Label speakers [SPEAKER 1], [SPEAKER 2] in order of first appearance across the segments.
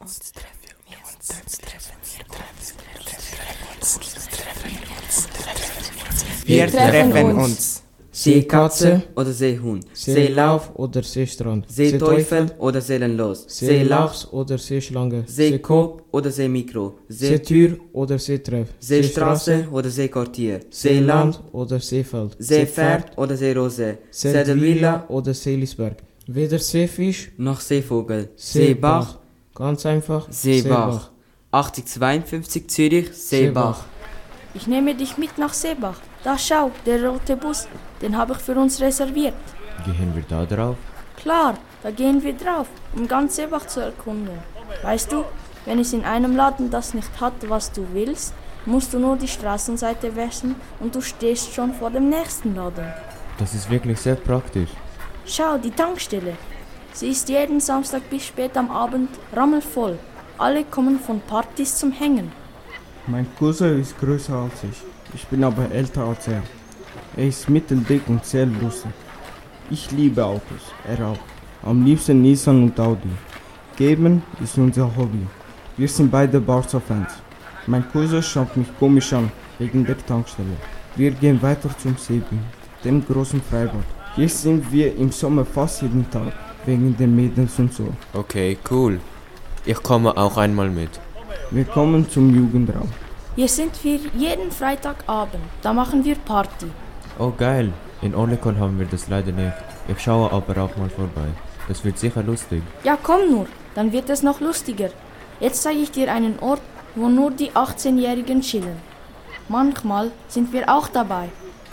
[SPEAKER 1] uns, treffen wir uns, treffen wir
[SPEAKER 2] Wir
[SPEAKER 1] uns, treffen wir
[SPEAKER 2] treffen
[SPEAKER 1] uns.
[SPEAKER 2] uns.
[SPEAKER 1] Seekatze
[SPEAKER 2] oder Seehuhn,
[SPEAKER 1] Seelauf
[SPEAKER 2] Seelauf,
[SPEAKER 1] oder Seestrand,
[SPEAKER 2] Seeteufel oder Seelenlos, Seelachs,
[SPEAKER 1] Seelachs oder Seeschlange,
[SPEAKER 2] Seekop oder Seemikro, See-
[SPEAKER 1] Seetür oder Seetreff,
[SPEAKER 2] Seestraße oder Seequartier, Seeland,
[SPEAKER 1] Seeland oder Seefeld,
[SPEAKER 2] Seepferd oder Seerose,
[SPEAKER 1] Seedwiller
[SPEAKER 2] Seedwiller
[SPEAKER 1] oder Seelisberg. Weder Seefisch,
[SPEAKER 2] noch Seevogel,
[SPEAKER 1] Seebach,
[SPEAKER 2] Seebach,
[SPEAKER 1] ganz einfach
[SPEAKER 2] Seebach. 8052 Zürich, Seebach.
[SPEAKER 3] Ich nehme dich mit nach Seebach. Da schau, der rote Bus, den habe ich für uns reserviert.
[SPEAKER 4] Gehen wir da drauf?
[SPEAKER 3] Klar, da gehen wir drauf, um ganz Seebach zu erkunden. Weißt du, wenn es in einem Laden das nicht hat, was du willst, musst du nur die Straßenseite wechseln und du stehst schon vor dem nächsten Laden.
[SPEAKER 4] Das ist wirklich sehr praktisch.
[SPEAKER 3] Schau, die Tankstelle. Sie ist jeden Samstag bis spät am Abend rammelvoll. Alle kommen von Partys zum Hängen.
[SPEAKER 5] Mein Cousin ist größer als ich. Ich bin aber älter als er. Er ist mitteldick und sehr lustig. Ich liebe Autos, er auch. Am liebsten Nissan und Audi. Geben ist unser Hobby. Wir sind beide Barca-Fans. Mein Cousin schaut mich komisch an, wegen der Tankstelle. Wir gehen weiter zum Seebühn, dem großen Freibad. Hier sind wir im Sommer fast jeden Tag, wegen den Mädels und so.
[SPEAKER 6] Okay, cool. Ich komme auch einmal mit.
[SPEAKER 5] Wir kommen zum Jugendraum.
[SPEAKER 3] Hier sind wir jeden Freitagabend. Da machen wir Party.
[SPEAKER 4] Oh geil, in Orlikon haben wir das leider nicht. Ich schaue aber auch mal vorbei. Das wird sicher lustig.
[SPEAKER 3] Ja, komm nur, dann wird es noch lustiger. Jetzt zeige ich dir einen Ort, wo nur die 18-Jährigen chillen. Manchmal sind wir auch dabei,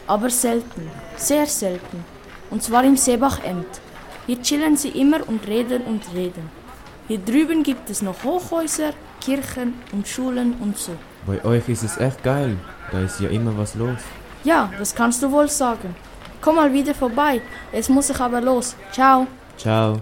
[SPEAKER 3] aber selten, sehr selten. Und zwar im Seebach-Emt. Hier chillen sie immer und reden und reden. Hier drüben gibt es noch Hochhäuser, Kirchen und Schulen und so.
[SPEAKER 4] Bei euch ist es echt geil. Da ist ja immer was los.
[SPEAKER 3] Ja, das kannst du wohl sagen. Komm mal wieder vorbei, jetzt muss ich aber los. Ciao.
[SPEAKER 4] Ciao.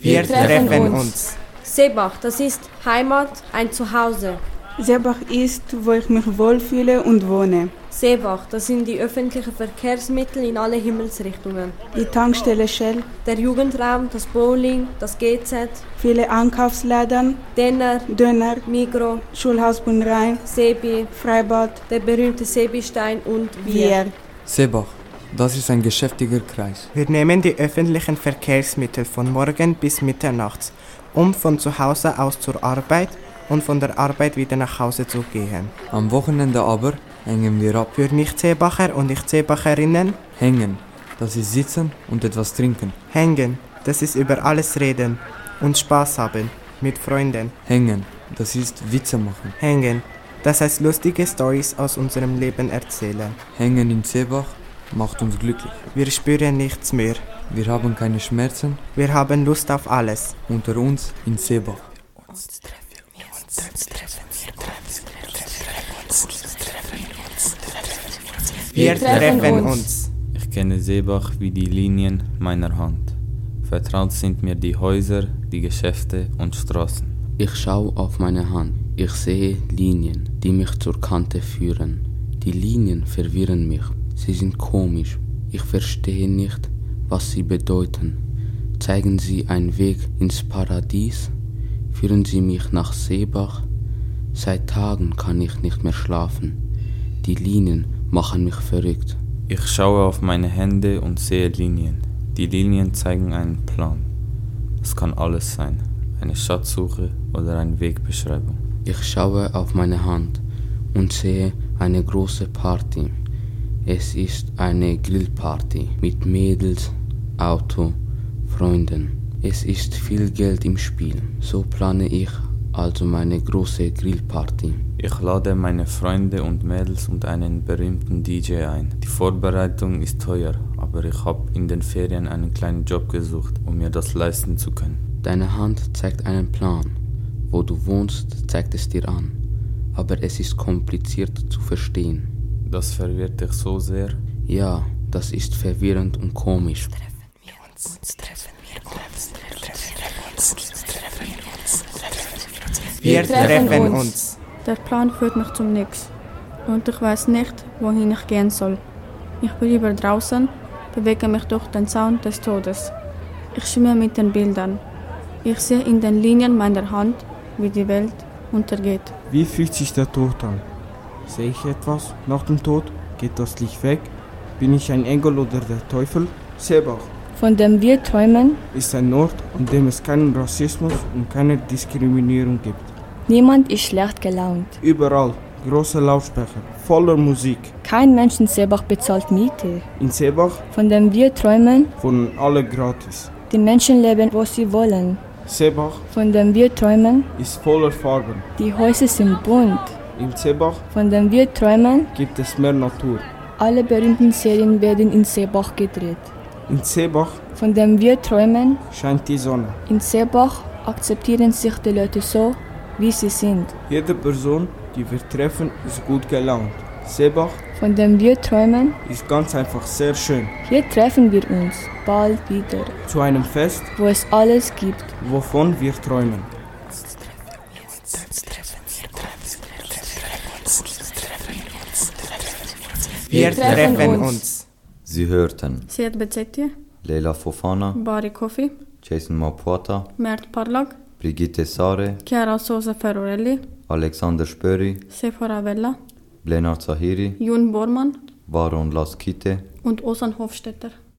[SPEAKER 2] Wir
[SPEAKER 1] treffen
[SPEAKER 2] treffen
[SPEAKER 1] uns.
[SPEAKER 2] uns.
[SPEAKER 7] Seebach, das ist Heimat, ein Zuhause.
[SPEAKER 8] Seebach ist, wo ich mich wohlfühle und wohne.
[SPEAKER 7] Seebach, das sind die öffentlichen Verkehrsmittel in alle Himmelsrichtungen.
[SPEAKER 8] Die Tankstelle Shell,
[SPEAKER 7] Der Jugendraum, das Bowling, das GZ,
[SPEAKER 8] viele Einkaufsläden,
[SPEAKER 7] Denner,
[SPEAKER 8] Döner,
[SPEAKER 7] Migro,
[SPEAKER 8] Schulhaus Bunrein,
[SPEAKER 7] Sebi,
[SPEAKER 8] Freibad,
[SPEAKER 7] der berühmte Sebi-Stein und wir.
[SPEAKER 8] Bier.
[SPEAKER 9] Sebach, das ist ein geschäftiger Kreis.
[SPEAKER 2] Wir nehmen die öffentlichen Verkehrsmittel von morgen bis mitternachts, um von zu Hause aus zur Arbeit und von der Arbeit wieder nach Hause zu gehen.
[SPEAKER 9] Am Wochenende aber hängen wir ab.
[SPEAKER 2] Für Nicht-Seebacher und Nicht-Seebacherinnen
[SPEAKER 9] Hängen, das ist sitzen und etwas trinken.
[SPEAKER 2] hängen, das ist über alles reden und Spaß haben, mit Freunden
[SPEAKER 9] Hängen, das ist Witze machen.
[SPEAKER 2] hängen. Das heißt lustige Stories aus unserem Leben erzählen.
[SPEAKER 9] Hängen in Seebach macht uns glücklich.
[SPEAKER 2] Wir spüren nichts mehr.
[SPEAKER 9] Wir haben keine Schmerzen
[SPEAKER 2] Wir haben Lust auf alles.
[SPEAKER 9] unter uns in Seebach.
[SPEAKER 2] Wir
[SPEAKER 1] treffen
[SPEAKER 2] treffen
[SPEAKER 1] uns.
[SPEAKER 2] uns.
[SPEAKER 10] Ich kenne Seebach wie die Linien meiner Hand. Vertraut sind mir die Häuser, die Geschäfte und Straßen.
[SPEAKER 11] Ich schaue auf meine Hand. Ich sehe Linien, die mich zur Kante führen. Die Linien verwirren mich. Sie sind komisch. Ich verstehe nicht, was sie bedeuten. Zeigen sie einen Weg ins Paradies? Führen sie mich nach Seebach? Seit Tagen kann ich nicht mehr schlafen. Die Linien machen mich verrückt.
[SPEAKER 10] Ich schaue auf meine Hände und sehe Linien. Die Linien zeigen einen Plan. Es kann alles sein. Eine Schatzsuche oder eine Wegbeschreibung.
[SPEAKER 11] Ich schaue auf meine Hand und sehe eine große Party. Es ist eine Grillparty mit Mädels, Auto, Freunden. Es ist viel Geld im Spiel. So plane ich also meine große Grillparty.
[SPEAKER 10] Ich lade meine Freunde und Mädels und einen berühmten DJ ein. Die Vorbereitung ist teuer, aber ich habe in den Ferien einen kleinen Job gesucht, um mir das leisten zu können.
[SPEAKER 11] Deine Hand zeigt einen Plan. Wo du wohnst, zeigt es dir an. Aber es ist kompliziert zu verstehen.
[SPEAKER 10] Das verwirrt dich so sehr.
[SPEAKER 11] Ja, das ist verwirrend und komisch.
[SPEAKER 2] Wir treffen uns.
[SPEAKER 8] Der Plan führt mich zum Nix. Und ich weiß nicht, wohin ich gehen soll. Ich bin lieber draußen
[SPEAKER 12] bewegen mich durch den Sound des Todes. Ich schwimme mit den Bildern. Ich sehe in den Linien meiner Hand, wie die Welt untergeht.
[SPEAKER 5] Wie fühlt sich der Tod an? Sehe ich etwas nach dem Tod? Geht das Licht weg? Bin ich ein Engel oder der Teufel? Sebach
[SPEAKER 13] von dem wir träumen.
[SPEAKER 5] ist ein Ort, an dem es keinen Rassismus und keine Diskriminierung gibt.
[SPEAKER 13] Niemand ist schlecht gelaunt.
[SPEAKER 5] Überall große Lautsprecher, voller Musik.
[SPEAKER 13] Kein Mensch in Seebach bezahlt Miete.
[SPEAKER 5] In Sebach
[SPEAKER 13] Von dem wir träumen,
[SPEAKER 5] wohnen alle gratis.
[SPEAKER 13] die Menschen leben, wo sie wollen.
[SPEAKER 5] Sebach
[SPEAKER 13] Von dem wir träumen,
[SPEAKER 5] ist voller Farben.
[SPEAKER 13] die Häuser sind bunt.
[SPEAKER 5] In Sebach
[SPEAKER 13] Von dem wir träumen,
[SPEAKER 5] gibt es mehr Natur.
[SPEAKER 13] alle berühmten Serien werden in Seebach gedreht.
[SPEAKER 5] In Sebach
[SPEAKER 13] Von dem wir träumen,
[SPEAKER 5] scheint die Sonne.
[SPEAKER 13] in Seebach akzeptieren sich die Leute so, wie sie sind.
[SPEAKER 5] Jede Person, die wir treffen, ist gut gelaunt. Sebach
[SPEAKER 13] Von dem wir träumen,
[SPEAKER 5] ist ganz einfach sehr schön.
[SPEAKER 13] hier treffen wir uns bald wieder,
[SPEAKER 5] Zu einem Fest,
[SPEAKER 13] wo es alles gibt.
[SPEAKER 5] wovon wir träumen.
[SPEAKER 14] Wir treffen uns.
[SPEAKER 2] Sie hörten
[SPEAKER 7] Sead Bezetti,
[SPEAKER 2] Leila Fofana,
[SPEAKER 7] Bari Kofi,
[SPEAKER 2] Jason Mapuata,
[SPEAKER 7] Mert Parlak,
[SPEAKER 2] Brigitte Sare,
[SPEAKER 7] Chiara Sosa Ferorelli,
[SPEAKER 2] Alexander Spöri,
[SPEAKER 7] Sephora Vella,
[SPEAKER 2] Lennart Zahiri,
[SPEAKER 7] Jun Bormann
[SPEAKER 2] Baron Laskite,
[SPEAKER 7] und Osan Hofstetter.